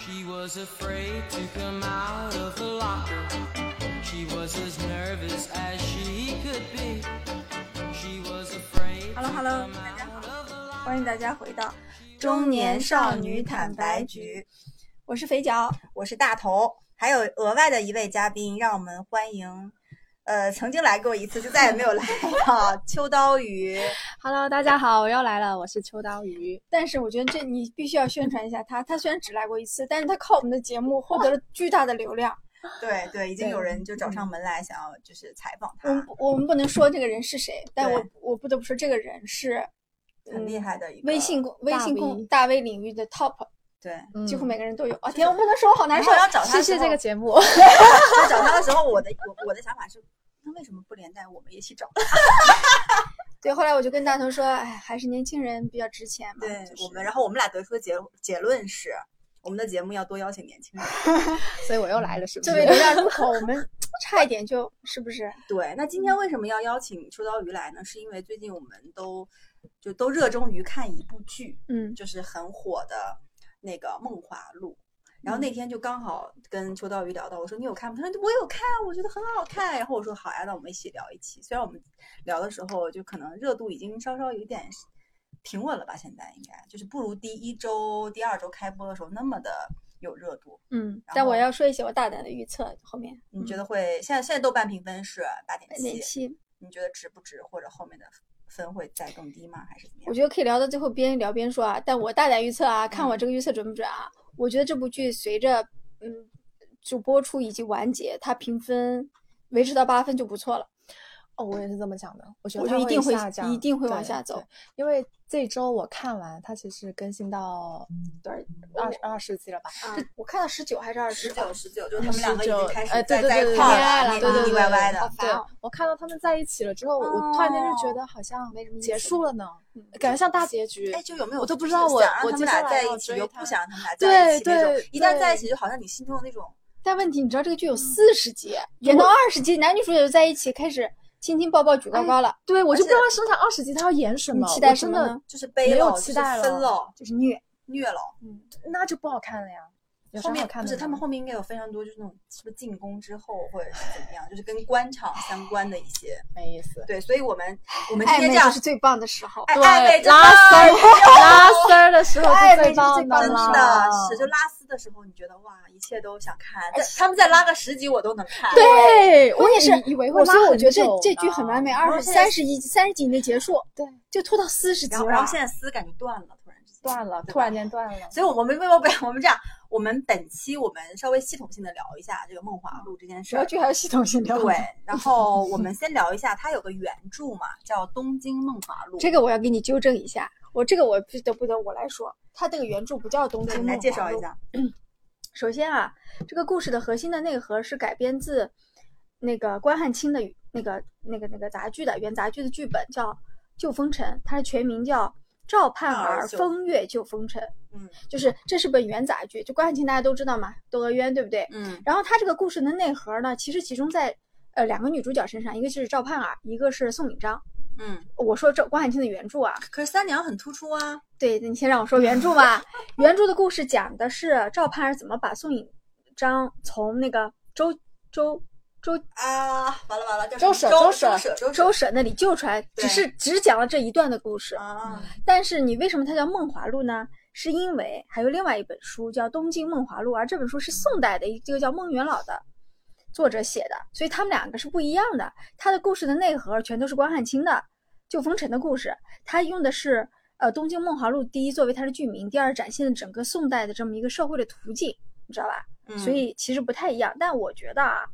She was afraid to come out of the locker. She was as nervous as she could be. She was afraid. Hello Hello， to 大 come out 家好， of the locker. 欢迎大家回到中年少女坦白局，我是肥脚，我是大头，还有额外的一位嘉宾，让我们欢迎，呃，曾经来过一次，就再也没有来的秋刀鱼。 Hello，大家好，我又来了，我是秋刀鱼。但是我觉得这你必须要宣传一下他，他虽然只来过一次，但是他靠我们的节目获得了巨大的流量。对对，已经有人就找上门来，想要就是采访我们他，不我们不能说这个人是谁，但对我我不得不说这个人是很厉害的一嗯个微信公微大信公 V 大 V 领域的 top，对。 嗯几乎每个人都有。啊天，我不能说，我好难然受后。要找他谢的谢时候这个，节目，要找他的时候，我的我我的想法是，那为什么不连带我们 一起找？对，后来我就跟大头说，哎，还是年轻人比较值钱嘛。对就是我们，然后我们俩得出的结结论是，我们的节目要多邀请年轻人。 所以我又来了，是不作是？为流量入口，我们差一点就是不是？对，那今天为什么要邀请秋刀鱼来呢？是因为最近我们都就都热衷于看一部剧，嗯，就是很火的那个《梦华录》。然后那天就刚好跟秋刀鱼聊到，我说你有看吗？他说我有看，我觉得很好看。然后我说好呀，那我们一起聊一期。虽然我们聊的时候就可能热度已经稍稍有一点平稳了吧，现在应该就是不如第一周、第二周开播的时候那么的有热度。嗯然但我后要说一些我大胆的预测，后面你觉得会现在现在豆瓣评分是嗯八点哪七，期你觉得值不值，或者后面的分会再更低吗？还是怎么我样？觉得可以聊到最后边聊边说啊。但我大胆预测啊，看我这个预测准不准啊？我觉得这部剧随着嗯就播出以及完结，它评分维持到八分就不错了。哦，我也是这么想的，我觉我得觉它得一定下降，一定会往对下走对。因为这周我看完，它其实更新到嗯多少二十二十集了吧？啊我看到十九还是二十十啊吧九，？十九，就是他们两个已19经开始哎对在对在一对块对儿对了，对腻对腻对歪歪好的。烦对哦我看到他们在一起了之后，我我突然间就觉得好像没什么意思结束了呢，哦嗯感觉像大结局。哎，就有没有我都不就是知道我想让我他接们下俩来在要一起，追又他不想让他们俩在一起对那种对，一旦在一对起，就好像你心中的那种但问题你知道这个剧有四十集，演到二十集，男女主角在一起开始亲亲抱抱举高高了，对，我就而不且知道他生产二十集他要演什你么，期我待什真么的呢？就是背没有了，就期是待分了了，就是虐。虐了。那就不好看了呀。有啥后面好看不的是他们呢后面应该有非常多，就是那种是不是进宫之后或者是怎么样，就是跟官场相关的一些。没意思。对，所以我们我们今暧天昧这就样是最棒的时候。哎对，暧昧真拉丝的儿，拉丝儿的时候暧是昧最就是最棒棒的真了，的是，就拉丝的时候，你觉得哇，一切都想看。但他们再拉个十集，我都能看。对，我关键也是，以为会我拉所以我很觉得这久这呢剧很完美，二而十且三十一三十集以内结束，对，就拖到四十集然后，了。然后现在丝感觉断了，突然之间断了，对突然吧间断了。所以我们没有不，我们这样，我们本期我们稍微系统性的聊一下这个《梦华录》这件事主要儿。剧还有系统性聊。对，然后我们先聊一下，它有个原著嘛，叫《东京梦华录》。这个我要给你纠正一下，我这个我不得不得我来说，它这个原著不叫《东对京你梦来介华绍一录下。首先啊，这个故事的核心的内核是改编自那个关汉卿的那个那个那个杂剧的原杂剧的剧本，叫《旧风尘》，它的全名叫《赵盼盼儿儿旧风月旧风尘》。嗯就是这是本原杂剧，就关汉卿大家都知道嘛，《窦娥冤》，对不对？嗯然后它这个故事的内核呢，其实集中在呃两个女主角身上，一个是赵盼儿，一个是宋敏章。嗯，我说赵关汉卿的原著啊，可是三娘很突出啊。对，你先让我说原著吧。原著的故事讲的是赵盼儿怎么把宋敏章从那个周周周啊，完了完了，叫周什么舍周周舍舍周周婶那里救出来，对只是只讲了这一段的故事。嗯啊，但是你为什么它叫《梦华录》呢？是因为还有另外一本书叫《东京梦华录》，而这本书是宋代的一个叫孟元老的作者写的，所以他们两个是不一样的。它的故事的内核全都是关汉卿的旧风尘的故事，它用的是呃《东京梦华录》第一作为它的剧名，第二展现了整个宋代的这么一个社会的途径，你知道吧？嗯所以其实不太一样。但我觉得啊，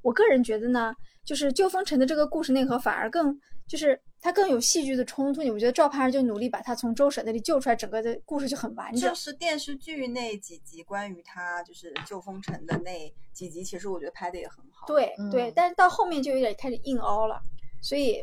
我个人觉得呢，就是旧风尘的这个故事内核反而更就是它更有戏剧的冲突。你不觉得赵盼儿就努力把他从周婶那里救出来，整个的故事就很完整就。是电视剧那几集关于他就是旧风尘的那几集，其实我觉得拍的也很好。，对、嗯对，但是到后面就有点开始硬凹了，所以，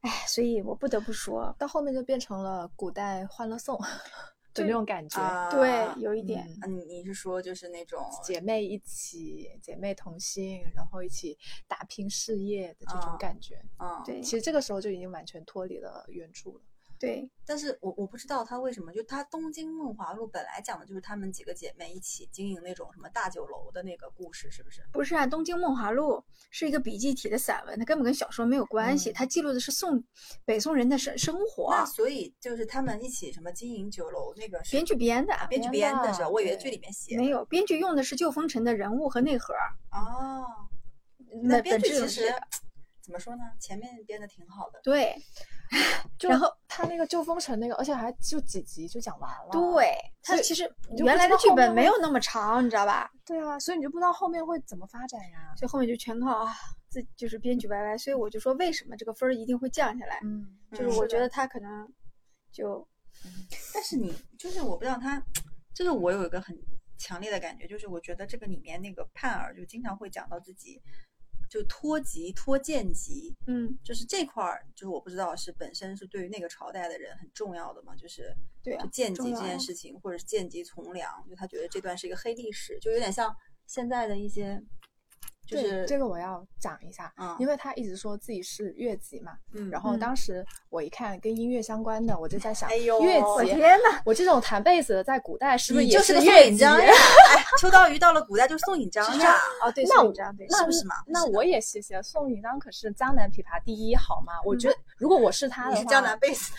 哎，所以我不得不说，到后面就变成了古代《欢乐颂》的对那种感觉，啊，对，有一嗯点。啊，你你是说就是那种姐妹一起，姐妹同心，然后一起打拼事业的这啊种感觉。嗯，对其实这个时候就已经完全脱离了原著了。对，但是我我不知道他为什么，就他《东京梦华录》本来讲的就是她们几个姐妹一起经营那种什么大酒楼的那个故事，是不是？不是啊，《东京梦华录》是一个笔记体的散文，它根本跟小说没有关系，嗯它记录的是宋北宋人的生生活那，所以就是他们一起什么经营酒楼那个是编剧编的，啊编剧编编的的是吧？我以为对剧里面写没有编剧用的是旧风尘的人物和内核，哦。那那编本剧质其上实是怎么说呢？前面编的挺好的，对就然后他那个旧风城那个，而且还就几集就讲完了。对，它所以其实你就不原知来的道剧后面本没会有那么长，你知道吧？对啊，所以你就不知道后面会怎么发展呀、所以后面就全靠啊，自己就是编剧 YY，所以我就说为什么这个分儿一定会降下来，嗯，就是嗯我是觉的得他可能就但是你就是我不知道他，就是我有一个很强烈的感觉，就是我觉得这个里面那个盼儿就经常会讲到自己就脱籍、脱间籍，嗯，就是这块儿，就是我不知道是本身是对于那个朝代的人很重要的嘛，就是对啊就见重籍这要啊件事情，或者是见籍从良，就他觉得这段是一个黑历史，就有点像现在的一些，就对是这个我要讲一下，嗯因为他一直说自己是越级嘛，嗯，然后嗯当时我一看跟音乐相关的，我就在想，哎呦越我我级，天呐，我这种弹贝斯的在古代是不是你也就是个宋越引级？啊章呀， 哎，秋刀鱼到了古代就是宋引章是这呀样，哦，对，那宋我宇章对，那是不是嘛那是的我也学习了。宋云章可是江南琵琶第一，好吗？我觉得如果我是他嗯你的是话，江南贝斯，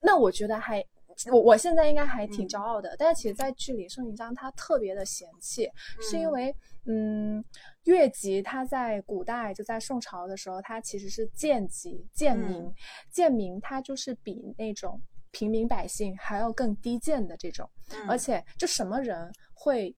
那我觉得还。我我现在应该还挺嗯骄傲的，但是其实，在剧里，宋云章他特别的嫌弃，是因嗯为，嗯，越级他在古代就在宋朝的时候，他其实是贱籍、贱民，嗯贱民他就是比那种平民百姓还要更低贱的这种，嗯而且就什么人会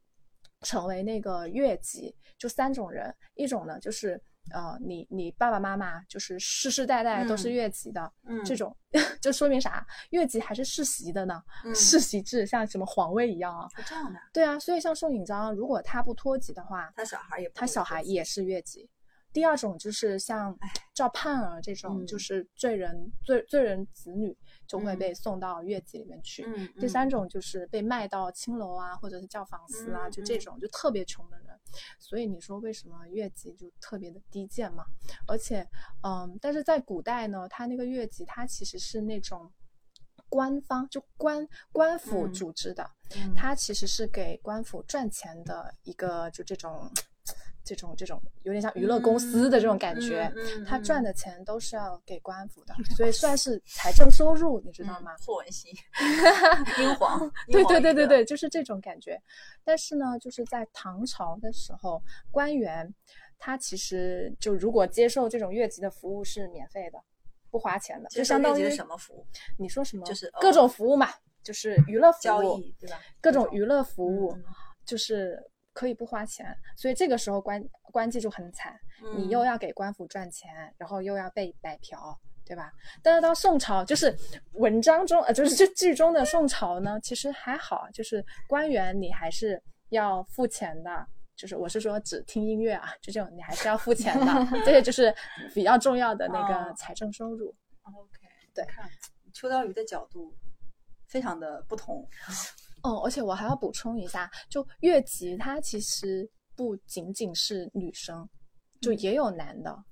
成为那个越级？就三种人，一种呢就是。呃，你你爸爸妈妈就是世世代代都是嗯越级的，嗯这种 就说明啥？越级还是世袭的呢？嗯 世袭制像什么皇位一样啊？这样的啊，对啊，所以像宋引章，如果他不脱籍的话，他小孩也不会他小脱孩籍也是越级。第二种就是像唉赵盼儿这种，嗯就是罪人罪罪人子女就会嗯被送到越级里面去。嗯，第嗯三种就是被卖到青楼啊，或者是教坊司啊，嗯就这嗯种就特别穷的人。所以你说为什么越级就特别的低贱嘛？而且，嗯，但是在古代呢，他那个越级它其实是那种官方就官官府嗯组织的，嗯它其实是给官府赚钱的一个就这种。这种这种有点像娱乐公司的这种感觉，嗯嗯嗯他嗯赚的钱都是要给官 府的，所以算是财政收入，你知道嗯吗？霍汶 希，英皇，英对皇一对对对个，对，就是这种感觉。但是呢，就是在唐朝的时候，官员他其实就如果接受这种越级的服务是免费的，不花钱的，接就受相越当级于的什么服务？你说什么？就是各呃种服务嘛，就是娱乐服务、交易对吧各各种种娱乐服务，嗯就是可以不花钱。所以这个时候官官妓就很惨，你嗯又要给官府赚钱，然后又要被摆嫖，对吧？但是到宋朝，就是文章中，呃，就是这剧中的宋朝呢，其实还好，就是官员你还是要付钱的。就是我是说，只听音乐啊，就这种你还是要付钱 的，这个就是比较重要的那哦个财政收入。 OK，对看秋刀鱼的角度非常的不同，哦，而且我还要补充一下，就越级它其实不仅仅是女生，就也有男的。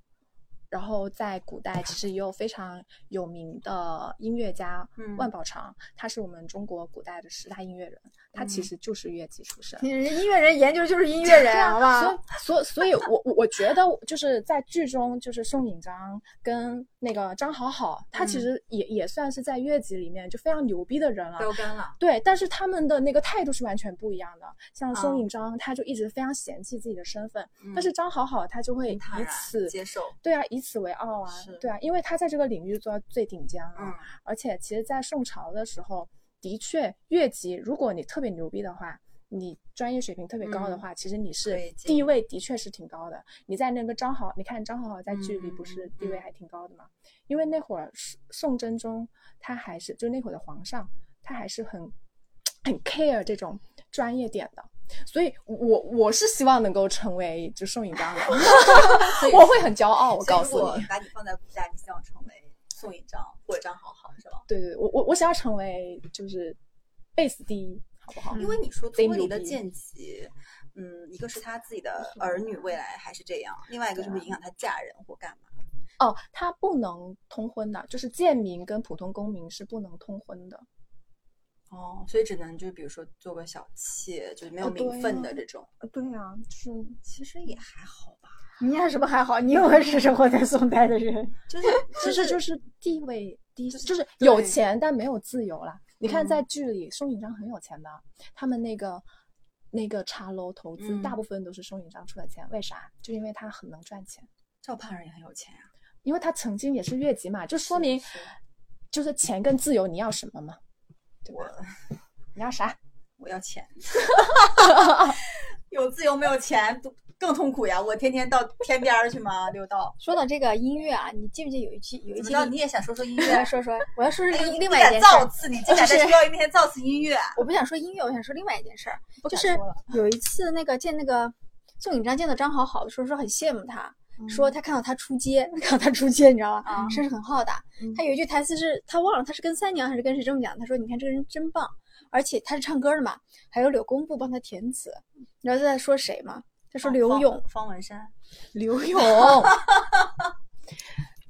然后在古代其实也有非常有名的音乐家嗯万宝长，他是我们中国古代的十大音乐人，他其嗯实就是越级出身。人家音乐人研究就是音乐人，对啊好吧？所以所以，我我我觉得就是在剧中，就是宋引章跟那个张好好，他嗯其实也、也算是在越级里面就非常牛逼的人了。标杆了。对，但是他们的那个态度是完全不一样的。像啊宋引章，他就一直非常嫌弃自己的身份，嗯但是张好好他就会很坦以然此接受，对啊，以此为傲啊是，对啊，因为他在这个领域做到最顶尖了。嗯而且，其实，在宋朝的时候，的确越级，如果你特别牛逼的话，你专业水平特别高的嗯话，其实你是可以进地位的确是挺高的。你在那个张好，你看张好好在剧里不嗯是嗯地位嗯还挺高的嘛？因为那会儿宋宋真宗他还是就那会儿的皇上，他还是很很 care 这种专业点的。所以我，我是希望能够成为就宋引章 的，我会很骄傲。我告诉所以如你果，把你放在古代，你希望成为宋引章或者张好好是吧？对对，对我我我想要成为就是贝斯第一，好不好？因为你说贼脱离牛了逼剑籍，嗯，一个是他自己的啊儿女未来还是这样，另外一个就是影响他嫁人或干嘛。哦，他不能通婚的，就是贱民跟普通公民是不能通婚的。哦，所以只能就比如说做个小妾，就是没有哦对名分呀的这种，对啊，就是其实也还好吧。你有什么还好？你我是生活在宋代的人， 就是其实就是是地位低，就是就是对有钱但没有自由啦。你看，嗯在剧里，宋引章很有钱的，他们那个那个茶楼投资，嗯大部分都是宋引章出的钱。为啥？就因为他很能赚钱，赵盼儿也很有钱啊呀、因为他曾经也是越级嘛，就说明是就是钱跟自由，你要什么嘛？对吧我？你要啥？我要钱， 有自由没有钱都更痛苦呀！我天天到天边儿去吗？溜到，说到这个音乐啊，你记不记得有一期有一怎么期着你也想说 说音我要乐？说说，我要说哎说另呦另你外一敢件事造儿。次，你竟敢 在不是学校面前造次音乐，我不想说音乐，我想说另外一件事儿，不就敢是说了有一次那个见那个宋引章见到张好好的时候，说很羡慕他，嗯说他看到他出街， 看到他出街，你知道吧啊？声势很浩大。嗯他有一句台词是他忘了他是跟三娘还是跟谁这么讲，他说：“你看这个人真棒，而且他是唱歌的嘛，还有柳公布帮他填词。”你知道他在说谁吗？他哦说刘方勇，方文山，刘勇，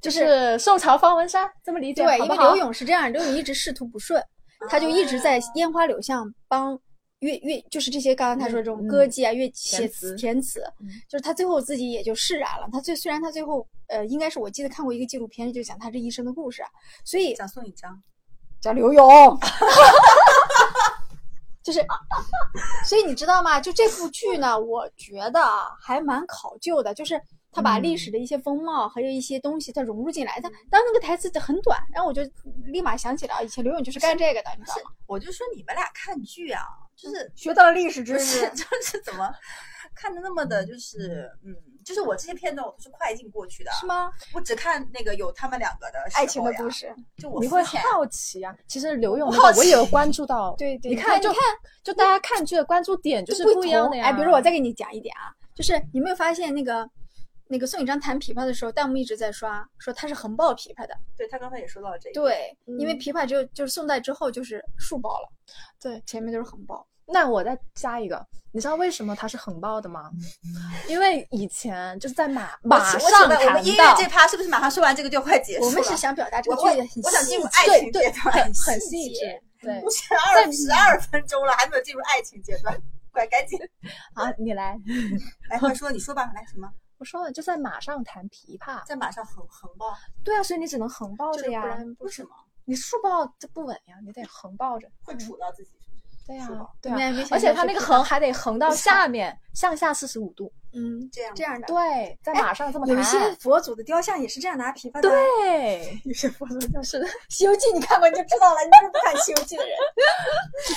就是宋朝方文山，这么理解对，好因不为好啊刘勇是这样，刘勇一直仕途不 顺，他就一直在烟花柳巷帮乐乐，就是这些刚刚他说这种嗯歌妓啊、乐填写词词、填词嗯，就是他最后自己也就释然了。他最虽然他最后呃，应该是我记得看过一个纪录片，就讲他这一生的故事啊，所以想送你一张。叫刘勇。 就是，所以你知道吗？就这部剧呢，我觉得啊还蛮考究的，就是他把嗯历史的一些风貌，还有一些东西，它融入进来。它当然那个台词很短，然后我就立马想起来，啊以前刘勇就是干这个的，你知道吗？我就说你们俩看剧啊，就是嗯学到了历史就知是。识 就是怎么看的那么的，就是嗯，就是我这些片段我都是快进过去的， 是？吗？我只看那个有他们两个的时爱情的候呀故，事，就我你肤会浅好奇啊？其实刘勇我那个好我也有奇关注到，对对你你看看就你看就大家看剧的关注点就是不不一样同的呀。哎，比如我再给你讲一点啊，就是你没有发现那个那个宋雨章弹琵琶的时候，弹幕一直在刷，说他是横抱琵琶的。对他刚才也说到了这个，对，因为嗯琵琶只有就是宋代之后就是竖抱了，对，前面都是横抱。那我再加一个，你知道为什么它是横抱的吗？因为以前就是在马我马请我上请问我谈们音到乐，这趴是不是马上说完这个就快结束了？我们是想表达这我个我剧很我想进入细爱对情阶对段，很很细细致节。 对我选二十二分钟了，还没有进入爱情阶段，快赶 紧好，你来，来快说，你说吧，来什么？我说了，就在马上弹琵琶。在马上横横抱，对啊，所以你只能横抱就是着不呀，然为什么你竖抱这不稳呀，你得横抱着。会杵到自己？是不是？对呀竖抱，对呀，你还没而且想它到那个是横还得横到下面，向下四十五度。嗯这样这样的。对，在哎马上这么弹。有一啊些佛祖的雕像也是这样拿琵琶的。 对，有些佛祖的《是的，西游记》，你看过你就知道了，你就是不看《西游记》的人。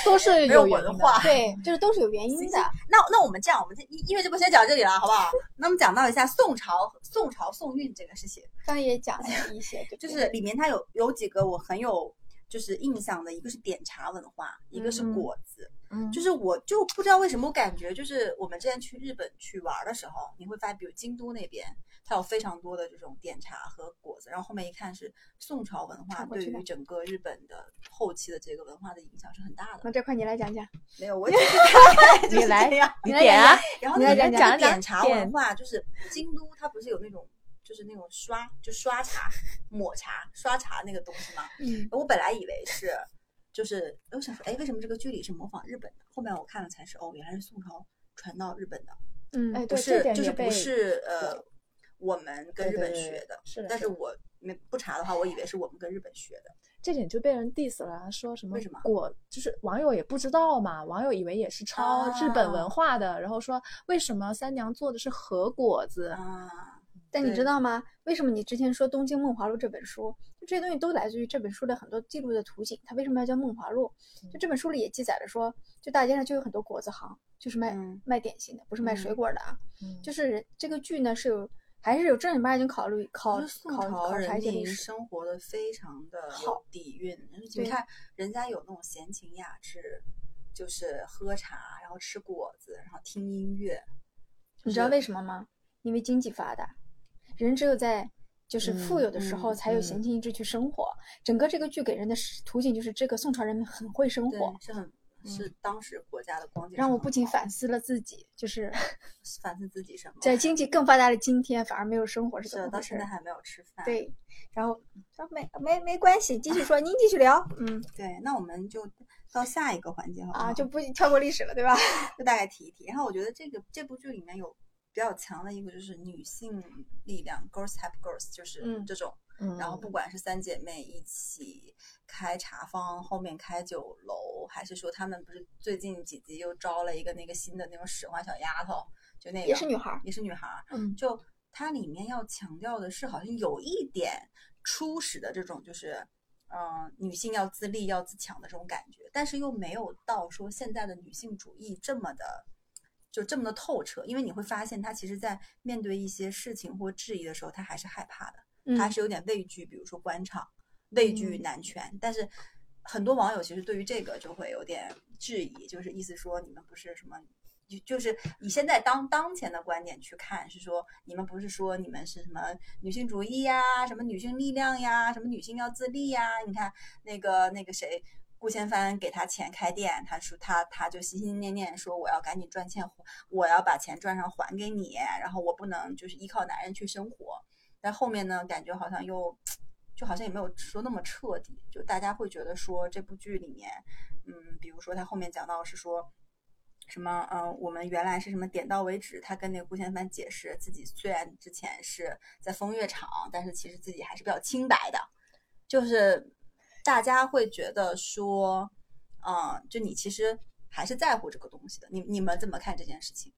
都是没有原文因的化。对，就是都是有原因啊行的行。那那我们这样，我们这音音乐这波先讲这里了，好不好？那我们讲到一下宋朝宋朝宋韵这个事情，刚刚也讲了一 些，对不就对是里面它有有几个我很有就是印象的，一个是点茶文化，一个是嗯果子。嗯就是我就不知道为什么，我感觉就是我们之前去日本去玩儿的时候，你会发现，比如京都那边，它有非常多的这种点茶和果子，然后后面一看是宋朝文化看过对这个于整个日本的后期的这个文化的影响是很大的。那这块你来讲讲。没有，我只是大 概就是你来这样你点啊，然后你那来个讲讲讲点茶点文化，就是京都它不是有那种就是那种刷就刷茶、抹茶、刷茶那个东西吗？嗯，我本来以为是，就是我想说，哎，为什么这个剧里是模仿日本的？后面我看了才是，哦，原来是宋朝传到日本的，嗯哎，不对，这是点就也是不被是呃我们跟对日对本对学对的，是的但是是的我没不查的话，我以为是我们跟日本学的。这点就被人 diss 了，啊说什么为什么果就是网友也不知道嘛，网友以为也是抄啊日本文化的，然后说为什么三娘做的是和果子？啊，但你对知道吗？为什么你之前说《东京梦华录》这本书，就这些东西都来自于这本书的很多记录的图景？它为什么要叫梦华录？嗯就这本书里也记载了说，就大街上就有很多果子行，就是哎卖、嗯卖点心的，不是卖水果的啊。嗯就是人这个剧呢是有还是有正儿八经考虑考我觉得宋哦考朝考察人一些历民史。生活的非常的有好底蕴，你对看人家有那种闲情雅致，就是喝茶，然后吃果子，然后听音乐，你知道为什么吗？因为经济发达，人只有在就是富有的时候嗯才有嗯闲情逸致去生活。整个这个剧给人的是图景就是这个宋朝人民很会生对活，是很是当时国家的光景，嗯让我不禁反思了自己， 就是反思自己什么。在经济更发达的今天，反而没有生活是怎是么到回现事在儿？还没有吃饭。对，然后说没没没关系，继 续说，您继续聊，嗯对，那我们就到下一个环节好不好啊， 就不跳过历史了，对吧？就大概提一提。然后我觉得这个这部剧里面有比较强的一个就是女性力量，girls help girls，就是嗯这种。嗯然后不管是三姐妹一起开茶坊，后面开酒楼，还是说她们不是最近几集又招了一个那个新的那种使唤小丫头，就那个也是女孩儿，也是女孩儿，嗯就它里面要强调的是，好像有一点初始的这种就是。嗯、女性要自立、要自强的这种感觉，但是又没有到说现在的女性主义这么的，就这么的透彻。因为你会发现，她其实，在面对一些事情或质疑的时候，她还是害怕的。嗯他还是有点畏惧，比如说官场，畏惧嗯男权。但是很多网友其实对于这个就会有点质疑，就是意思说你们不是什么。就就是以现在当当前的观点去看，是说你们不是说你们是什么女性主义呀，什么女性力量呀，什么女性要自立呀？你看那个那个谁，顾千帆给他钱开店，他说他他就心心念念说我要赶紧赚钱，我要把钱赚上还给你，然后我不能就是依靠男人去生活。但后面呢，感觉好像又就好像也没有说那么彻底，就大家会觉得说这部剧里面，嗯，比如说他后面讲到是说。什么？嗯、我们原来是什么点到为止？他跟那个顾千帆解释，自己虽然之前是在风月场，但是其实自己还是比较清白的。就是大家会觉得说，嗯、就你其实还是在乎这个东西的。你你们怎么看这件事情？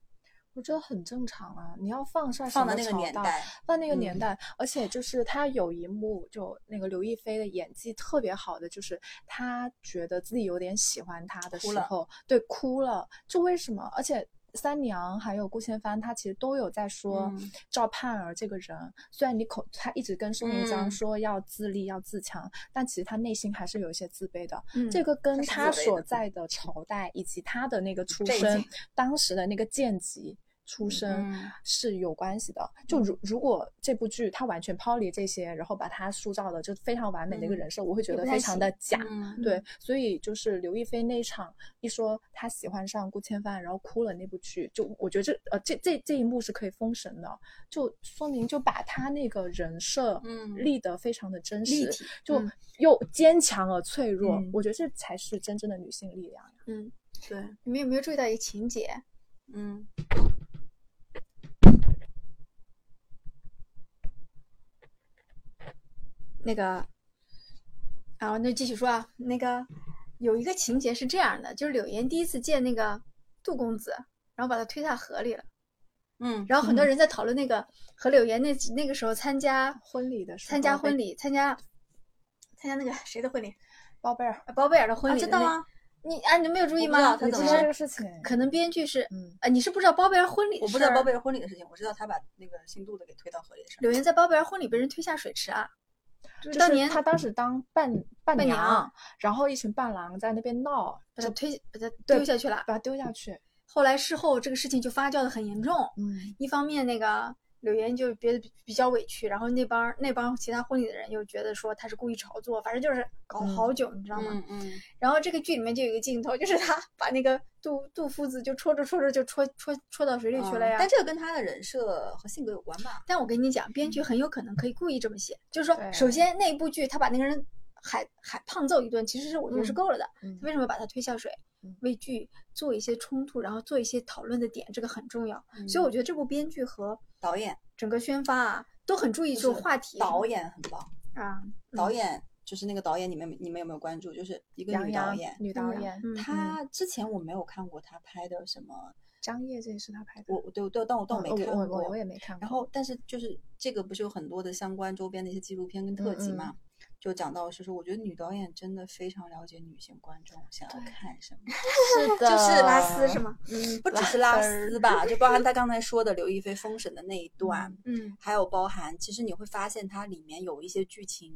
我觉得很正常啊。你要放上什放到么那个朝年代代，到那个年嗯代，而且就是他有一幕，就那个刘亦菲的演技特别好的，就是她觉得自己有点喜欢他的哭时了候，对，哭了，就为什么？而且三娘还有顾千帆，她其实都有在说嗯赵盼儿这个人，虽然你口她一直跟宋明章嗯说要自立、要自强，但其实她内心还是有一些自卑的。嗯这个跟它是他自卑所的嗯在的朝代以及他的那个出背身景，当时的那个贱籍出身嗯是有关系的。就如如果这部剧它完全抛离这些，然后把它塑造的就非常完美的一个嗯人设，我会觉也得不太非常的假。嗯对，所以就是刘亦菲那一场一说她喜欢上顾千帆，然后哭了那部剧，就我觉得这呃这这这一幕是可以封神的，就说明就把她那个人设嗯立得非常的真立体实，就嗯又坚强而脆弱，嗯我觉得这才是真正的女性力量呀。嗯，对，你们有没有注意到一个情节？嗯那个，啊，那继续说啊，那个有一个情节是这样的，就是柳岩第一次见那个杜公子，然后把他推下河里了，嗯然后很多人在讨论那个和柳岩那那个时候参加婚礼的时候，参加婚，礼，参加参加那个谁的婚礼，包贝尔，啊包贝尔的婚啊，礼、真的？吗？你啊，你没有注意我不知道吗？他你怎知么道这了个是事情？可能编剧是嗯，啊，你是不知道包贝尔婚礼，我不知道包贝尔。尔婚礼的事情，我知道他把那个姓杜的给推到河里的事儿。柳岩在包贝尔婚礼被人推下水池啊，就是当年她当时当伴伴伴娘娘，然后一群伴郎在那边闹，把他推把他对丢下去了。啊把她丢下去。后来事后这个事情就发酵的很严重，嗯，一方面那个柳岩就觉得比较委屈，然后那帮那帮其他婚礼的人又觉得说她是故意炒作，反正就是搞了好久，你知道吗？啊嗯嗯，然后这个剧里面就有一个镜头，就是他 把那个杜杜夫子就戳着戳着就戳戳戳到水里去了嗯呀。但这个跟他的人设和性格有关吧？但我跟你讲，编剧很有可能可以故意这么写，就是说，对首先那一部剧他把那个人海海胖揍一顿，其实是我觉得是嗯够了的。嗯为什么把他推下水嗯？为剧做一些冲突，然后做一些讨论的点，这个很重要。嗯所嗯以我觉得这部编剧和导演整个宣发啊都很注意这种是话题导演很棒，啊，导嗯演就是那个导演，你们你们有没有关注？就是一个杨女导洋演，女导演，嗯她之前我没有看过她拍的什么，张烨这也是她拍的。我我对我对，但我但我没哦看我过，我我也没看过。然后，但是就是这个不是有很多的相关周边的一些纪录片跟特辑嗯嗯嘛？就讲到是说，我觉得女导演真的非常了解女性观众想要对看什么，是的，嗯就是拉丝是？吗？嗯，不只是拉丝 吧，就包含他刚才说的刘亦菲封神的那一段，嗯还有包含，其实你会发现它里面有一些剧情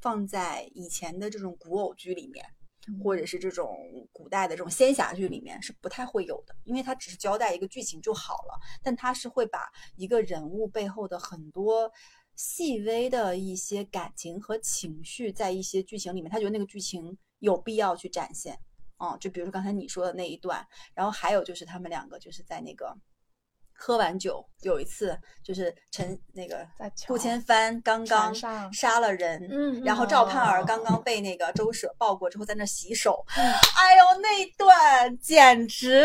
放在以前的这种古偶剧里面，嗯或者是这种古代的这种仙侠剧里面是不太会有的，因为它只是交代一个剧情就好了，但它是会把一个人物背后的很多。细微的一些感情和情绪，在一些剧情里面，他觉得那个剧情有必要去展现，啊、就比如说刚才你说的那一段，然后还有就是他们两个就是在那个喝完酒，有一次就是陈那个在顾桥千帆刚刚船上杀了人，嗯然后嗯赵盼儿刚刚被那个周舍抱过之后，在那儿洗手，哎呦那段简直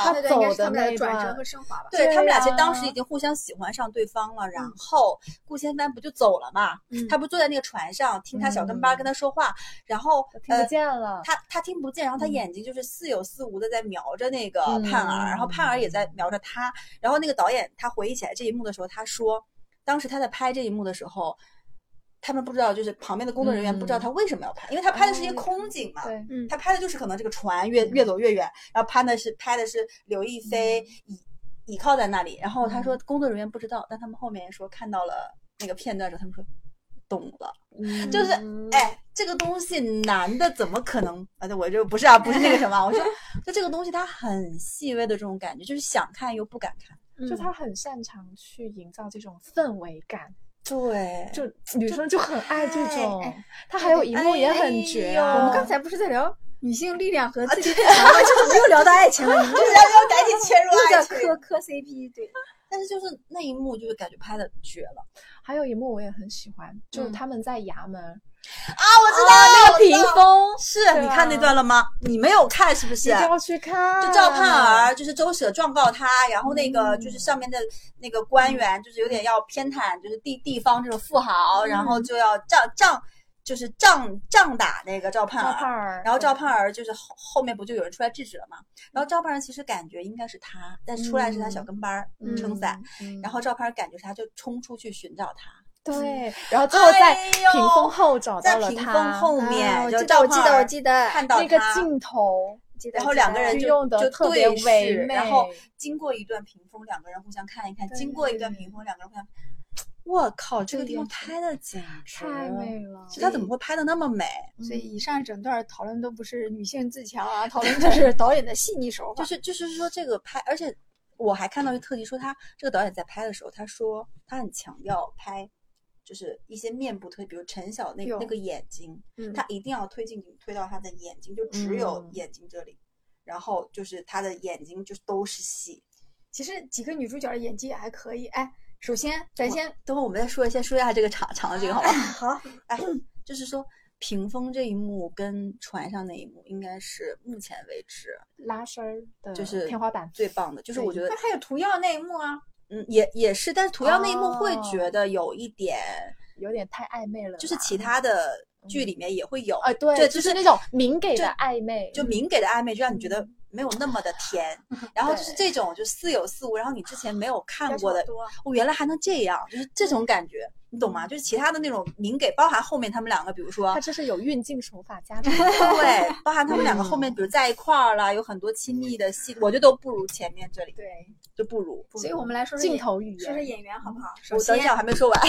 他了！那段应该走是他的们俩那的转折段和升华吧。对对他们俩其实呀当时已经互相喜欢上对方了，然后顾千帆不就走了嘛？嗯他不坐在那个船上听他小跟班儿跟他说话，然后嗯听呃不见了，他他听不见，然后他眼睛就是似有似无的在瞄着那个嗯盼儿，然后盼儿也在瞄着他。然后那个导演他回忆起来这一幕的时候，他说，当时他在拍这一幕的时候，他们不知道，就是旁边的工作人员不知道他为什么要拍，因为他拍的是一些嗯哦空景嘛。对，嗯，他拍的就是可能这个船越越走越远，然后拍的是拍的是刘亦菲倚倚靠在那里，然后他说工作人员不知道，但他们后面说看到了那个片段的时候，他们说懂了。 就是嗯哎，这个东西男的怎么可能？啊，对我就不是啊，不是那个什么啊，我说就这个东西，它很细微的这种感觉，就是想看又不敢看。就嗯他很擅长去营造这种氛围感，对就女生就很爱这哎种哎。他还有一幕也很绝啊，哎呦我们刚才不是在聊女性力量和自己啊对， 就是又聊到爱情了，你就是要要赶紧切 入又爱叫情磕。磕 CP 对，但是就是那一幕，就是感觉拍的绝了还有一幕我也很喜欢，就是嗯他们在衙门，啊！我知道那个屏风是对你看那吧段了吗？你没有看是不一是？定要去看，就赵盼儿，就是周舍状告他，然后那个就是上面的那个官员，就是有点要偏袒，就是地地方这种富豪，然后就要仗仗，就是仗仗打那个赵盼赵盼儿。儿，然后赵盼儿，儿就是后后面不就有人出来制止了嘛？然后赵盼儿其实感觉应该是他，但出来是他小跟班儿嗯撑伞，嗯然后赵盼儿感觉是他就冲出去寻找他，对，然后最后在哎呦屏风后找在到了屏他，风后面，啊我就记得赵我记盼得我儿记得看到那个他镜头，记得然后记两得个人就就用得就特对别唯视美然后经过一段屏风，两个人互相看一看，经对过一对段对屏风，两个人互相，我靠，这个对地方对拍的简直太美了，这他怎么会拍的那么美？所以以上整段讨论都不是女性自强 啊，讨论就是导演的细腻手法就。是就是说这个拍，而且我还看到一特辑说他这个导演在拍的时候，他说他很强调拍。就是一些面部推，比如陈晓那哟那个眼睛，嗯他一定要推进推到他的眼睛，就只有嗯眼睛这里，然后就是他的眼睛就都是戏，其实几个女主角的演技也还可以。哎，首先咱先等会儿我们再说一下，先说一下这个长长的这个好吧？好，哎，就是说屏风这一幕跟船上那一幕，应该是目前为止拉伸儿的，就是天花板最棒的。就是我觉得那，还有涂药那一幕啊，嗯，也也是，但是涂鸦那一幕会哦觉得有一点，有点太暧昧了吧，就是其他的剧里面也会有啊，对，对，就就是是那种明给就的暧昧，就明给的暧昧，就让你觉得没有那么的甜。然后就是对这种就似有似无，然后你之前没有看要过的求，多。哦，原来还能这样，就是这种感觉，你懂吗？就是其他的那种明给，包含后面他们两个，比如说他这是有运镜手法 加持的，对，包含他们两个后嗯面，比如在一块儿啦，有很多亲密的戏，我觉得都不如前面这里，对，就不如。不如所以我们来说说镜演头语说说言，演员好不好？首嗯我等一先下，我还 没说完，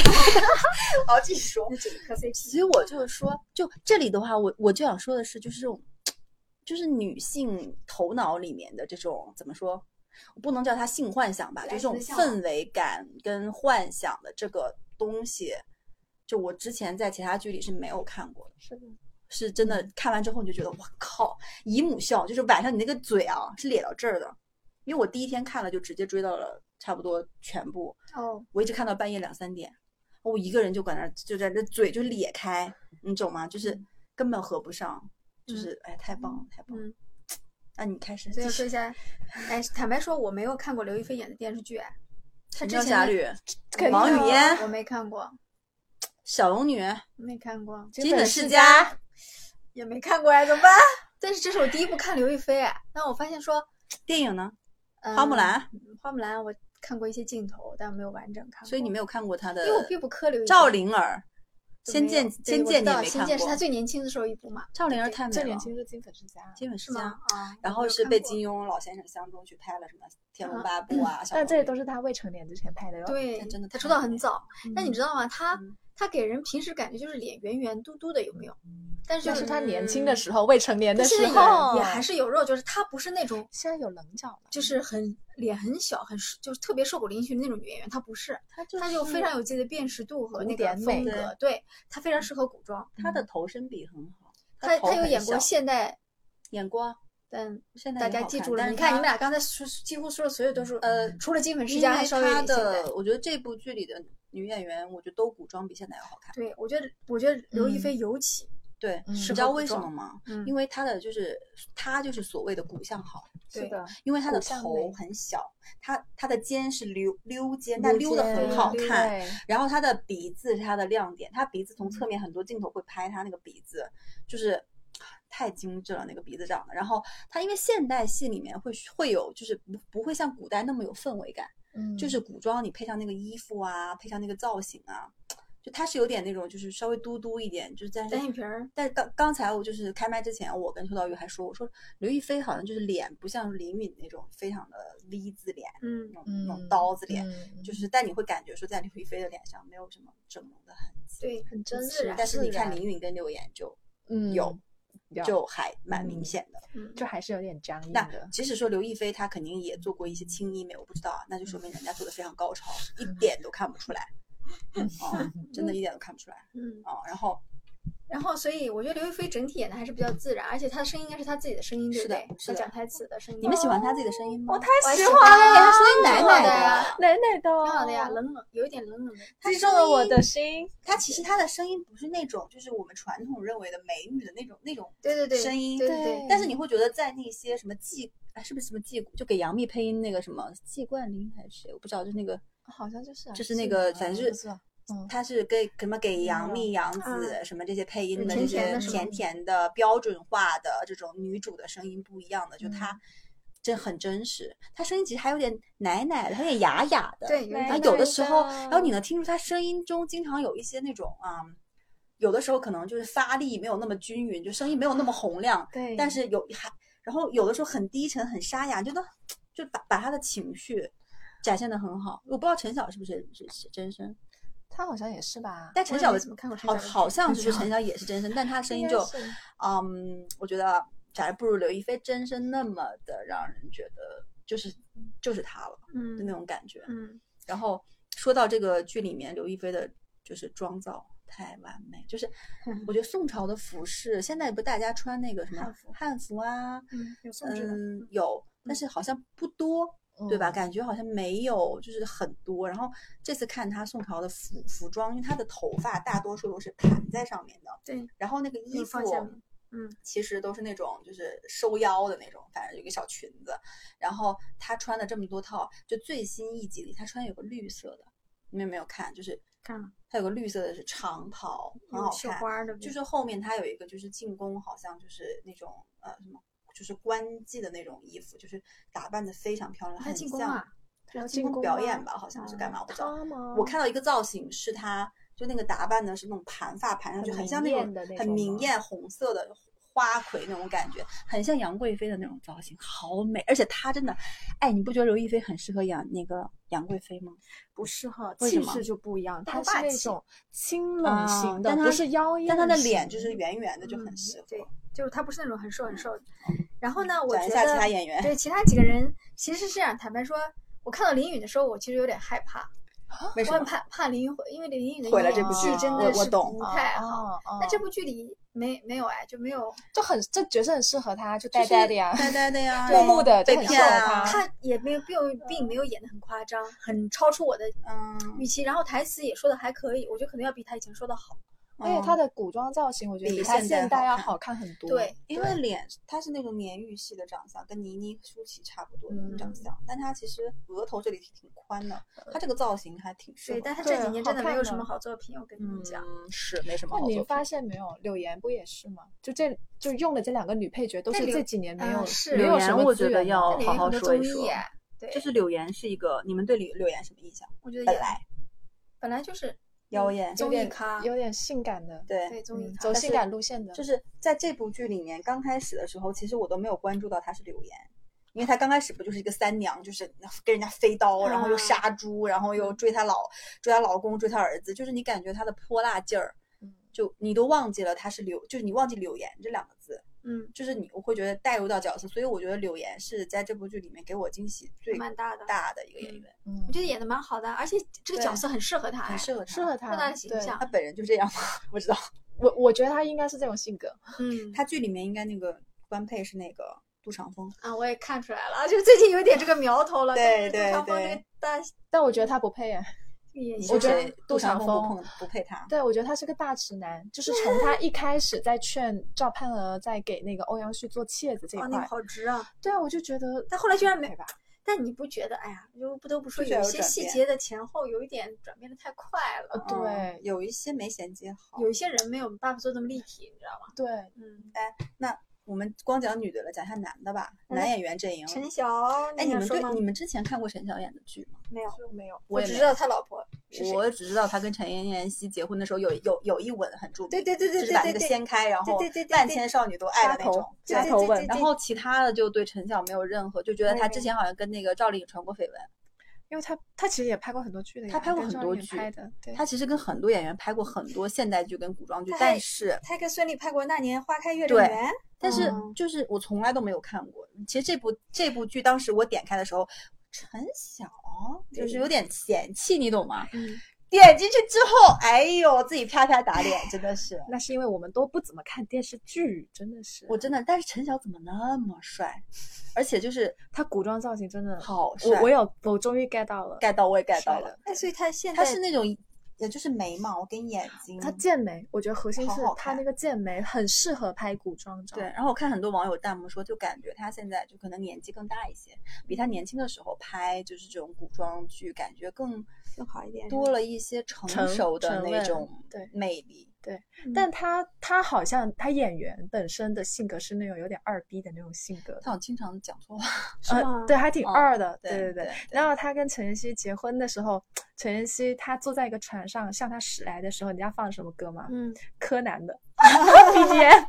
我要继续说。这个磕其 CP，实我就是说，就这里的话，我我就想说的是，就是这种，就是女性头脑里面的这种怎么说？我不能叫它性幻想吧，就来这自种向往氛围感跟幻想的这个东西，就我之前在其他剧里是没有看过的。是的，是真的看完之后你就觉得我靠，姨母笑，就是晚上你那个嘴啊是咧到这儿的，因为我第一天看了就直接追到了差不多全部，哦，我一直看到半夜两三点，我一个人就管那儿就在那嘴就咧开，你懂吗？嗯就是根本合不上，就是、哎太棒了太棒了，嗯啊那你开始所以继我说续。一下，哎，坦白说我没有看过刘亦菲演的电视剧，哎，她神之雕前侠的侣、肯定王的语嫣、我没看过，小龙女、没看过，金粉世世家，也没看过呀，怎么办？但是这是我第一部看刘亦菲，哎，但我发现说，电影呢？嗯花木兰，嗯花木兰我看过一些镜头，但没有完整看过。所以你没有看过她的因为我并不磕刘亦菲。赵灵儿，《就仙没有剑》《对仙我剑》知你也道没仙看剑是过她？最年轻的时候一部嘛，赵灵儿太美最年了，轻是金粉世家，金粉世是家吗？。啊，然我后没有是看被过金庸老先生相中去拍了什么《天龙啊八部》啊，小但这龙些女都是他未成年之前拍的哟。对但真的她太出道美很了早，但你知道吗？她嗯她给人平时感觉就是脸圆圆嘟嘟的，有没有？但是就就是他年轻嗯的时候，未成年的但现时在候也也还是有肉，就是她不是那种现在有棱角了，就是很脸很小、很瘦就是特别瘦骨嶙峋的那种女演员，她不是，她就她她就非常有自己的辨识度和古那个典风美格，对她非常适合古装。她的头身比很好，她头嗯她有很演过小现代眼光，但现在大也家好记看住了，但你是看它你们俩刚才说几乎说的所有都是呃，除了金粉世因家还为稍微她有点现代的，我觉得这部剧里的女演员，我觉得都古装比现在要好看。对我觉得我觉得刘亦菲尤其对，嗯你适知合道古为什装么吗？嗯因为她的就是她就是所谓的骨相好，对的，因为她的骨相头美很小，她她的肩是溜溜肩，但溜的很肩好溜看。对然后她的鼻子是她的亮点，她鼻子从侧面很多镜头会拍她那个鼻子，就是太精致了那个鼻子长得。然后她因为现代戏里面会会有，就是不不会像古代那么有氛围感，嗯就是古装你配上那个衣服啊，配上那个造型啊，就它是有点那种就是稍微嘟嘟一点，就是但是单眼皮儿，但是刚刚才我就是开麦之前，我跟邱道玉还说，我说刘亦菲好像就是脸不像林允那种非常的 V 字脸，嗯那，种那种刀子脸，，嗯就是但你会感觉说在刘亦菲的脸上没有什么整容的痕迹，对，很真自实然，但是你自看然林允跟柳岩就嗯有有就还蛮明嗯显的。嗯就还是有点僵硬那的，即使说刘亦菲她肯定也做过一些轻医美，我不知道啊，那就说明人家做的非常高超，一点都看不出来，啊，真的一点都看不出来嗯。啊。然后然后，所以我觉得刘亦菲整体演的还是比较自然，而且她的声音应该是她自己的声音，对不是的对？是她的讲台词的声音。你们喜欢她自己的声音哦哎吗？我太我喜喜欢了她呀，声音奶挺好奶的的哦呀，奶奶的，挺好的呀，，冷冷，有一点冷冷的。击中了我的心。她其实她的声音不是那种，就是我们传统认为的美女的那种那种对对对，声音，对对对但是你会觉得在那些什么季，哎，是不是什么季，就给杨幂配音那个什么季冠霖还是谁，我不知道，就那个好像就是啊就是那个反正不是知道嗯啊他是给什么给杨幂、杨紫嗯什么这些配音的甜甜这些的是吗甜甜的标准化的这种女主的声音不一样的，就她嗯真很真实，她声音其实还有点奶奶的，还有点哑哑的。对，有一奶然后点奶有的时候，的然后你能听出她声音中经常有一些那种啊、嗯有的时候可能就是发力没有那么均匀，就声音没有那么洪亮，对，但是有还然后有的时候很低沉、很沙哑，就能就把把她的情绪展现的很好。我不知道陈晓是不是是是真声。他好像也是吧，但我陈也晓没的怎么看过陈好晓的好剧像就是陈陈晓也是真身，但 他声应音该，就是嗯，我觉得反而不如刘亦菲真身那么的让人觉得就是就是她了就那嗯种感觉。嗯，然后说到这个剧里面刘亦菲的就是妆造。太完美，就是我觉得宋朝的服饰，现在不大家穿那个什么汉服汉服啊，嗯，哦有素质的，嗯，有，但是好像不多，对嗯吧？感觉好像没有，就是很多。然后这次看他宋朝的服服装，因为他的头发大多数都是盘在上面的，对，然后那个衣有服放下面，嗯，其实都是那种就是收腰的那种，反正有一个小裙子。然后他穿了这么多套，就最新一集里他穿有个绿色的，你们有没有看？就是看了，他有个绿色的是长袍，很有好绣看。花的，就是后面他有一个就是进宫，好像就是那种呃什么，就是官妓的那种衣服，就是打扮的非常漂亮，他很进宫像啊，她要进进宫宫表吗演吧，好像是哦干嘛我不知道。他吗？我看到一个造型是他，就那个打扮呢是那种盘发盘上很去，很明像那艳种的那很种明吗艳红色的花魁那种感觉，很像杨贵妃的那种造型，好美。而且她真的，哎，你不觉得刘亦菲很适合养那个杨贵妃吗？不适合，为气什么势就不一样，她他很是霸那气种清啊冷型的，但不她是妖艳但型，她的脸就是圆圆的，就很嗯适合。对，就是他不是那种很瘦很瘦的。然后呢，我讲觉一嗯下其他得演员，对其他几个人其实是这样，坦白说，我看到林允的时候，我其实有点害怕，为什我很么？怕怕林允毁，因为林允的毁了演这部技剧真我的我是懂不啊太好。，啊那这啊部剧里没没有哎，就没有就很这角色很适合他，就嗯就呆是呆的呀，呆呆的 呀，木木的被就很骗瘦啊，她 他也没有并并没有演的很夸张，很超出我的嗯，预期，然后台词也说的还可以，我觉得可能要比他以前说的好。而且哦他的古装造型，我觉得比嗯比他现代现代好要看好看很多。对，因为脸她是那种年玉系的长相，跟倪妮、舒淇差不多的长相，但她其实额头这里挺挺宽的，她这个造型还挺适对，合的。但他对这几年真的没有什么好看的好作品，我跟你们讲。嗯，是没什么那好你作发品。现没有，柳岩不也是吗？就这就用的这两个女配角都但是柳这几年没啊有是没柳有岩什么我觉资得源的要这里有好很好多说一综艺说啊哎对，就是柳岩是一个，你们对柳柳岩什么印象？我觉得本也来本来就是嗯妖艳综有艺点咖，有点性感的，对对，综艺嗯咖走但性是感路线的，就是在这部剧里面，刚开始的时候，其实我都没有关注到她是柳岩。因为她刚开始不就是一个三娘，就是跟人家飞刀，然后又啊杀猪，然后又追她老追她老公，追她儿子，就是你感觉她的泼辣劲儿，嗯就你都忘记了她是柳，就是你忘记柳岩这两个字，嗯，就是你我会觉得带入到角色，所以我觉得柳岩是在这部剧里面给我惊喜最蛮大的，大的一个演员，嗯我觉得演的蛮好的，而且这个角对色很适合他哎，很适合适她。适合合她她的形对象她 本人就这样吗？不知道，我我觉得她应该是这种性格，嗯，她剧里面应该那个官配是那个杜长风，啊，我也看出来了，就最近有点这个苗头了。对对对长风对这个大但我觉得他不配耶。眼你睛我觉得就是杜杜长长风不碰不配他。对，我觉得他是个大直男，就是从他一开始在劝赵盼儿在给那个欧阳旭做妾子这一啊，块，那个好直啊！对啊，我就觉得但后来居然没配吧，但你不觉得？哎呀，就不得不说，就觉有一得有些转细变节的前后有一点转变的太快了，对嗯有一些没衔接好。有一些人没有办法做那么立体，你知哦道吗？对，嗯，我们光讲女的了，讲一下男的吧。嗯男演员阵营，陈晓，哎，你想们说对吗你们之前看过陈晓演的剧吗？没有？就没有我也只没知道他老婆是谁。我只知道他跟陈妍妍希结婚的时候有有有一吻很著名，对对对对就是把那对个对掀开，然后对对对对万对千少女都爱的那杀种头。对杀对头吻对然后其他的就对陈晓没有任何，就觉得他之前好像跟那个赵丽颖传过绯闻。因为他他其实也拍过很多剧的呀，他拍过跟很赵多丽颖剧拍的，对，他其实跟很多演员拍过很多现代剧跟古装剧他，还但是他跟孙俪拍过《那年花开月正对圆》，但是嗯就是我从来都没有看过。其实这部这部剧当时我点开的时候，陈晓就是有点嫌弃，你懂吗？嗯点进去之后，哎呦，自己啪啪打脸，真的是那是因为我们都不怎么看电视剧，真的是我真的。但是陈晓怎么那么帅？而且就是他古装造型真的好帅，我我有我终于 get 到了 get 到，我也 get 到帅的了。哎，所以他现在他是那种，也就是眉毛跟眼睛，他剑眉，我觉得核心好是好他那看个剑眉很适合拍古装照，对，然后我看很多网友弹幕说，就感觉他现在就可能年纪更大一些，比他年轻的时候拍就是这种古装剧，感觉更更好一点，多了一些成成熟的成那问种对魅力。嗯但他他好像他演员本身的性格是那种有点二逼的那种性格，他好像经常讲错话，是吗呃，对，还挺嗯二的，对对对对然后他跟陈妍希结婚的时候，陈妍希她坐在一个船上向他驶来的时候，你知道放什么歌吗？嗯，柯南的 BGM。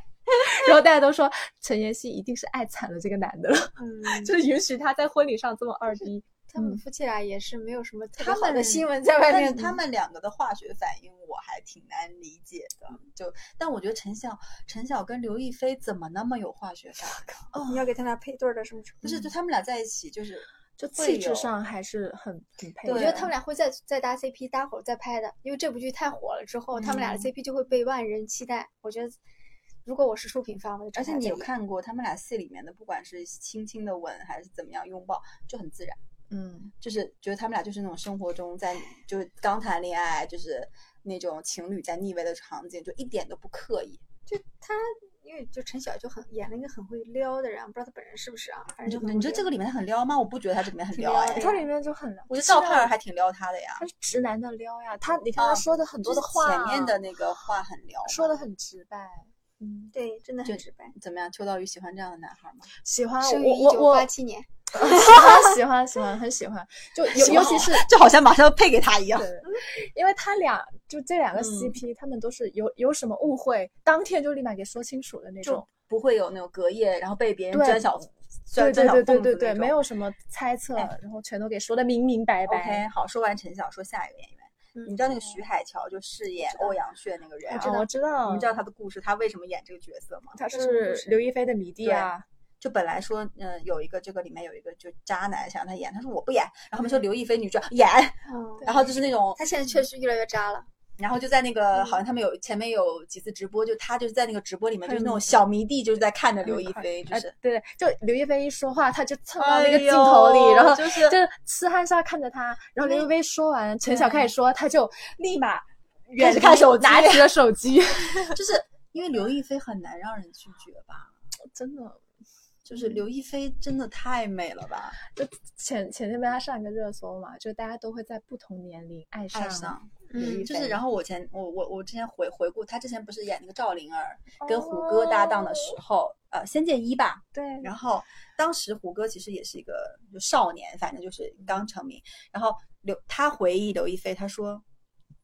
然 后大家都说陈妍希一定是爱惨了这个男的了， 嗯，就是允许他在婚礼上这么二逼。他们嗯夫妻俩也是没有什么特别他好的们新闻在外但面。是他们两个的化学反应我还挺难理解的。嗯就，但我觉得陈晓、陈晓跟刘亦菲怎么那么有化学反应？你要给他俩配对儿的什么程度？不是，就他们俩在一起就是嗯就会气质有上还是很很配的。我觉得对他们俩会再再搭 CP，搭伙儿再拍的，因为这部剧太火了之后，他们俩的嗯 CP 就会被万人期待。我觉得，如果我是书评番，我就而且你有看。看过他们俩戏里面的，不管是轻轻的吻还是怎么样拥抱，就很自然，嗯，就是觉得他们俩就是那种生活中在就是刚谈恋爱，就是那种情侣在腻歪的场景，就一点都不刻意。就他，因为就陈晓就很演了一个很会撩的人，不知道他本人是不是啊，反你正就很会觉得你觉得这撩个里面他很撩吗？我不觉得他这里面很挺撩撩哎的，他里面就很，我觉得知道赵盼儿还挺撩他的呀他。是直男的撩呀，他你看他啊说的很多的就是话，前面的那个话很撩嘛，说的很直白。嗯，对，真的很就啊直白。怎么样？秋刀鱼喜欢这样的男孩吗？喜欢生于我一我九我八七年，喜欢 喜欢喜欢，很喜欢。就尤喜尤欢其是就好像马上要配给他一样。对， 因为他俩就这两个嗯 CP，、他们都是有有什么误会，当天就立马给说清楚的那就种。不会有那种隔夜，然后被别人对钻小对钻对钻小对缝子对那对对，种没有什么猜测，哎然后全都给说的明明白嗯白。 OK，好，说完陈晓，说下一个演员。嗯你知道那个徐海乔就饰演欧阳炫那个人啊，我知道，我知道，你们知道他的故事，他为什么演这个角色吗？他这是什么故是事刘亦菲的迷弟啊，就本来说，嗯、有一个这个里面有一个就渣男想让他演，他说我不演，然后他们说刘亦菲女主角演，嗯，然后就是那种他现在确实越来越渣了。然后就在那个，嗯好像他们有前面有几次直播，就他就是在那个直播里面，很就是那种小迷弟，就是在看着刘亦很快菲，就哎 是对对，就刘亦菲一说话，他就蹭到那个镜头里，然后就是就是嗯痴汉笑看着他，然后刘亦菲说完，陈晓开始说，他就立马开远始看离手机拿起了手机，就是因为刘亦菲很难让人拒绝吧， 真的。就是刘嗯亦菲真的太美了吧，就前前天被他上一个热搜嘛，就大家都会在不同年龄爱上爱上啊嗯刘亦菲，就是然后我前我我我之前回回顾，她之前不是演那个赵灵儿哦跟胡歌搭档的时候，呃，《仙剑一》吧，对，然后当时胡歌其实也是一个就少年，反正就是刚成名。然后刘他回忆刘亦菲，他说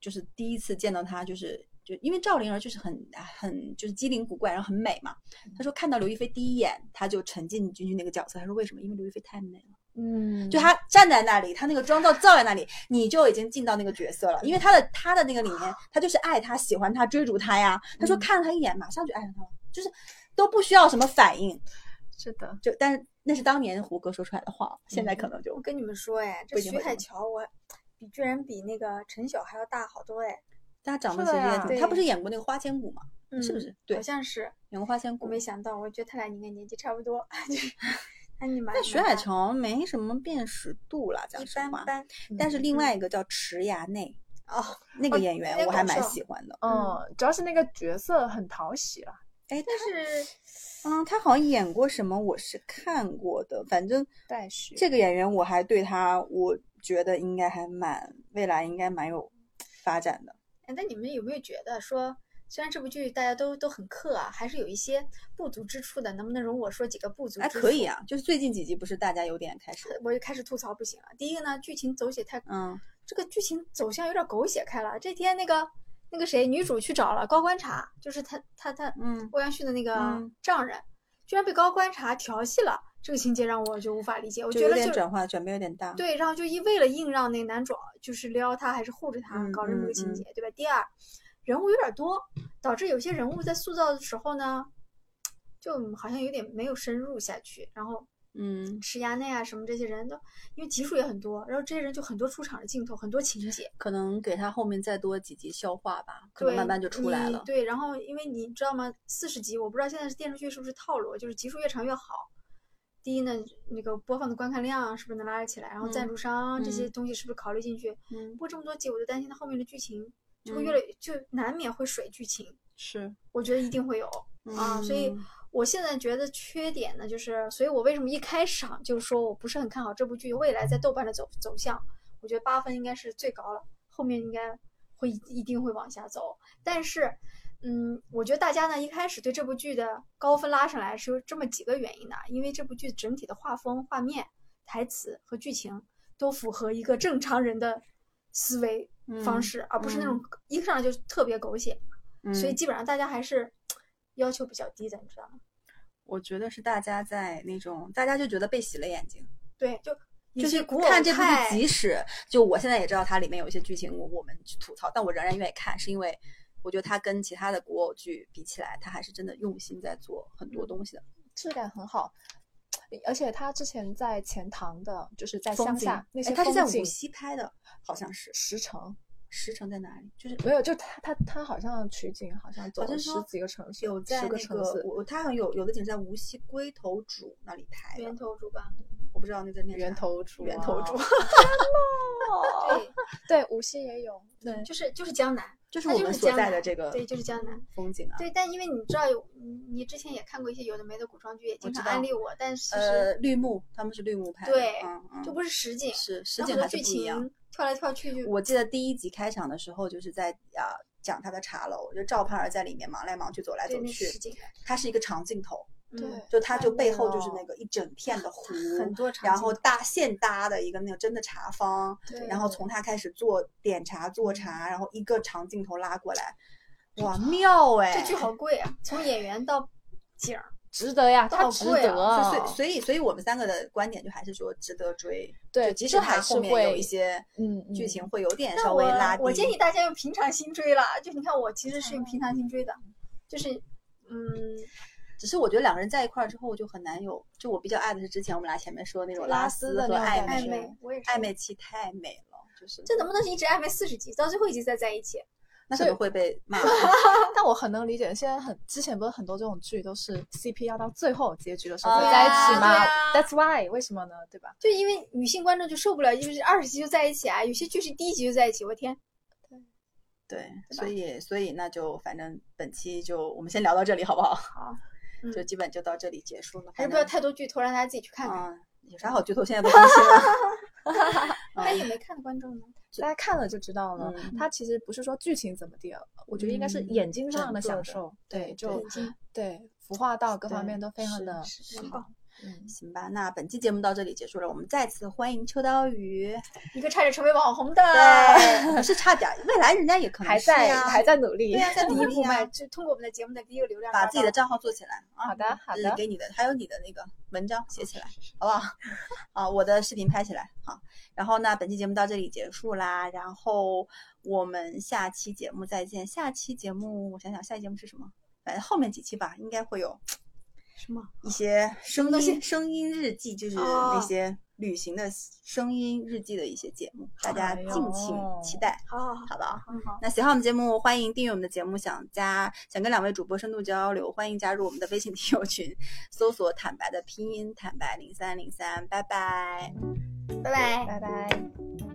就是第一次见到她，就是就因为赵灵儿就是很很就是机灵古怪，然后很美嘛。嗯他说看到刘亦菲第一眼，他就沉浸进去那个角色。他说为什么？因为刘亦菲太美了，嗯，就她站在那里，她那个妆造造在那里，你就已经进到那个角色了。因为她的她的那个里面，她就是爱她、喜欢她、追逐她呀。他说嗯看了她一眼，马上就爱上她了，就是都不需要什么反应。是的，就但是那是当年胡歌说出来的话，现在可能就我嗯跟你们说，哎，这不一定徐会海中乔我比居然比那个陈晓还要大好多哎。他长得是其的实也呀挺，他不对是演过那个《花千骨》吗？是不嗯是？对好，像是，两个花千我骨没。想到，我觉得他俩应该年纪差不多， 就是，那你蛮但徐蛮海大城没什么辨识度啦，讲啊一实般话。般但是另嗯外一个叫池衙内，哦，那个哦演员那我个还我蛮知道喜欢的。嗯嗯，主要是那个角色很讨喜了。哎，但是嗯，他好像演过什么，我是看过的。反正待续这个演员我还对他，我觉得应该还蛮未来应该蛮有发展的。哎，那你们有没有觉得说，虽然这部剧大家都都很克啊，还是有一些不足之处的？能不能容我说几个不足哎，之可以处？啊，就是最近几集不是大家有点开始，我就开始吐槽不行了。第一个呢，剧情走写太，嗯，这个剧情走向有点狗血开了。这天那个那个谁，女主去找了高观察，就是她她她嗯欧阳旭的那个嗯丈人，居然被高观察调戏了，这个情节让我就无法理解。我就觉有得点就转化转变有点大。，对，然后就一为了硬让那个男主啊就是撩她还是护着她，嗯搞这么嗯个情嗯节，对吧？第二，人物有点多，导致有些人物在塑造的时候呢，就好像有点没有深入下去。然后嗯，池衙内啊什么这些人都，因为集数也很多，然后这些人就很多出场的镜头，很多情节，可能给他后面再多几集消化吧，可能对慢慢就出来你了。对，然后因为你知道吗？四十集，我不知道现在是电视剧是不是套路，就是集数越长越好。第一呢，那个播放的观看量是不是能拉得起来？然后赞嗯助商这些嗯东西是不是考虑进去？不嗯，过这么多集，我就担心它后面的剧情就会嗯越来、就难免会水剧情，是我觉得一定会有、啊。所以嗯我现在觉得缺点呢，就是，所以我为什么一开场就说我不是很看好这部剧未来在豆瓣的走走向？我觉得八分应该是最高了，后面应该会一定会往下走。但是，嗯，我觉得大家呢一开始对这部剧的高分拉上来是有这么几个原因的，因为这部剧整体的画风、画面、台词和剧情都符合一个正常人的思维方嗯式，而不是那种一上来就特别狗血。所以嗯基本上大家还是要求比较低的，你知道吗？我觉得是大家在那种，大家就觉得被洗了眼睛。对，就就一些是古偶看这部派剧，即使就我现在也知道它里面有一些剧情我我们去吐槽，但我仍然愿意看，是因为我觉得它跟其他的古偶剧比起来，它还是真的用心在做很多东西的。质感很好，而且他之前在钱塘的，就是嗯在风乡景下那些哎它是在风景无锡拍的，好像是十城，石城在哪里？就是没有，就他他他好像取景好像走好像了十说几个城市，有在十个那城个市，我它好像有有的景是在无锡龟头渚那里拍的源，头主吧，我不知道那在念啥源头主啊源头主，对，对，无锡也有，对，就是就是江南，就是它我就们是所江在的南这个对，就是江南。风景啊。对，但因为你知道有，你你之前也看过一些有的没的古装剧，也经知常道安利我，但是其呃，实绿幕，他们是绿幕拍的，对嗯嗯，就不是实景，是实然后很景多还是剧不一样。情跳来跳去就我记得第一集开场的时候，就是在啊、呃讲他的茶楼，就赵盼儿在里面忙来忙去，走来对走那去是实。景的，它是一个长镜头，嗯，就它就背后就是美那个一整片的湖，很多场景，然后搭现搭的一个那种真的茶坊，对然后从它开始做点茶做茶，然后一个长镜头拉过来，哇妙哎！这剧好贵啊，从演员到景 儿，值得呀，它它值值得得，啊所以所以所以我们三个的观点就还是说值得追，对就即使这还它后是面会有一些嗯嗯剧情会有点那稍我微拉低，我建议大家用平常心追啦，就你看我其实是用平常心追的，就是嗯，只是我觉得两个人在一块儿之后就很难有，就我比较爱的是之前我们俩前面说的那种拉丝的和那种暧感暧觉昧，昧，我也是暧。昧期太美了，就是这能不能是一直暧昧四十集，到最后一集再在一起？那可能会被 骂。但我很能理解，现在很之前不是很多这种剧都是 CP 要到最后结局的时候哦才在一对起嘛、啊 t h a t s why 为什么呢？对吧？就因为女性观众就受不了，就是二十集就在一起啊，有些剧是第一集就在一起，我天，对，对吧所以所以那就反正本期就我们先聊到这里好不好？ 好，就嗯基本就到这里结束了，还啊是反不要正太多剧透，让大家自己去看看。嗯，有啥好剧透？现在都更新了， 万一有没看的观众呢？大家看了就知道了。嗯它其实不是说剧情怎么地，我觉得应该是嗯眼睛上的整个享的受，对就眼睛对服化道各方对面都非常是的是很好，嗯，行吧，那本期节目到这里结束了，我们再次欢迎秋刀鱼，一个差点成为网红的， 对，是差点，未来人家也可能还是在呀还在努力啊对。呀，在第努一力步呀 嘛，就通过我们的节目的第一个流量达把到，自己的账号做起来啊。好的好嗯的，给你的，还有你的那个文章写起来，好不 好？啊，我的视频拍起来，好。然后呢，本期节目到这里结束啦，然后我们下期节目再见。下期节目我想想，下期节目是什么？反正后面几期吧，应该会有什么？一些声东音西声音日记，就是那哦些旅行的声音日记的一些节目，大家哎呦敬请期待，好好好，好不好？很好。那喜欢我们节目，欢迎订阅我们的节目。想加想跟两位主播深度交流，欢迎加入我们的微信听友群，搜索“坦白”的拼音“坦白零三零三”。拜拜。拜拜。拜拜。拜拜。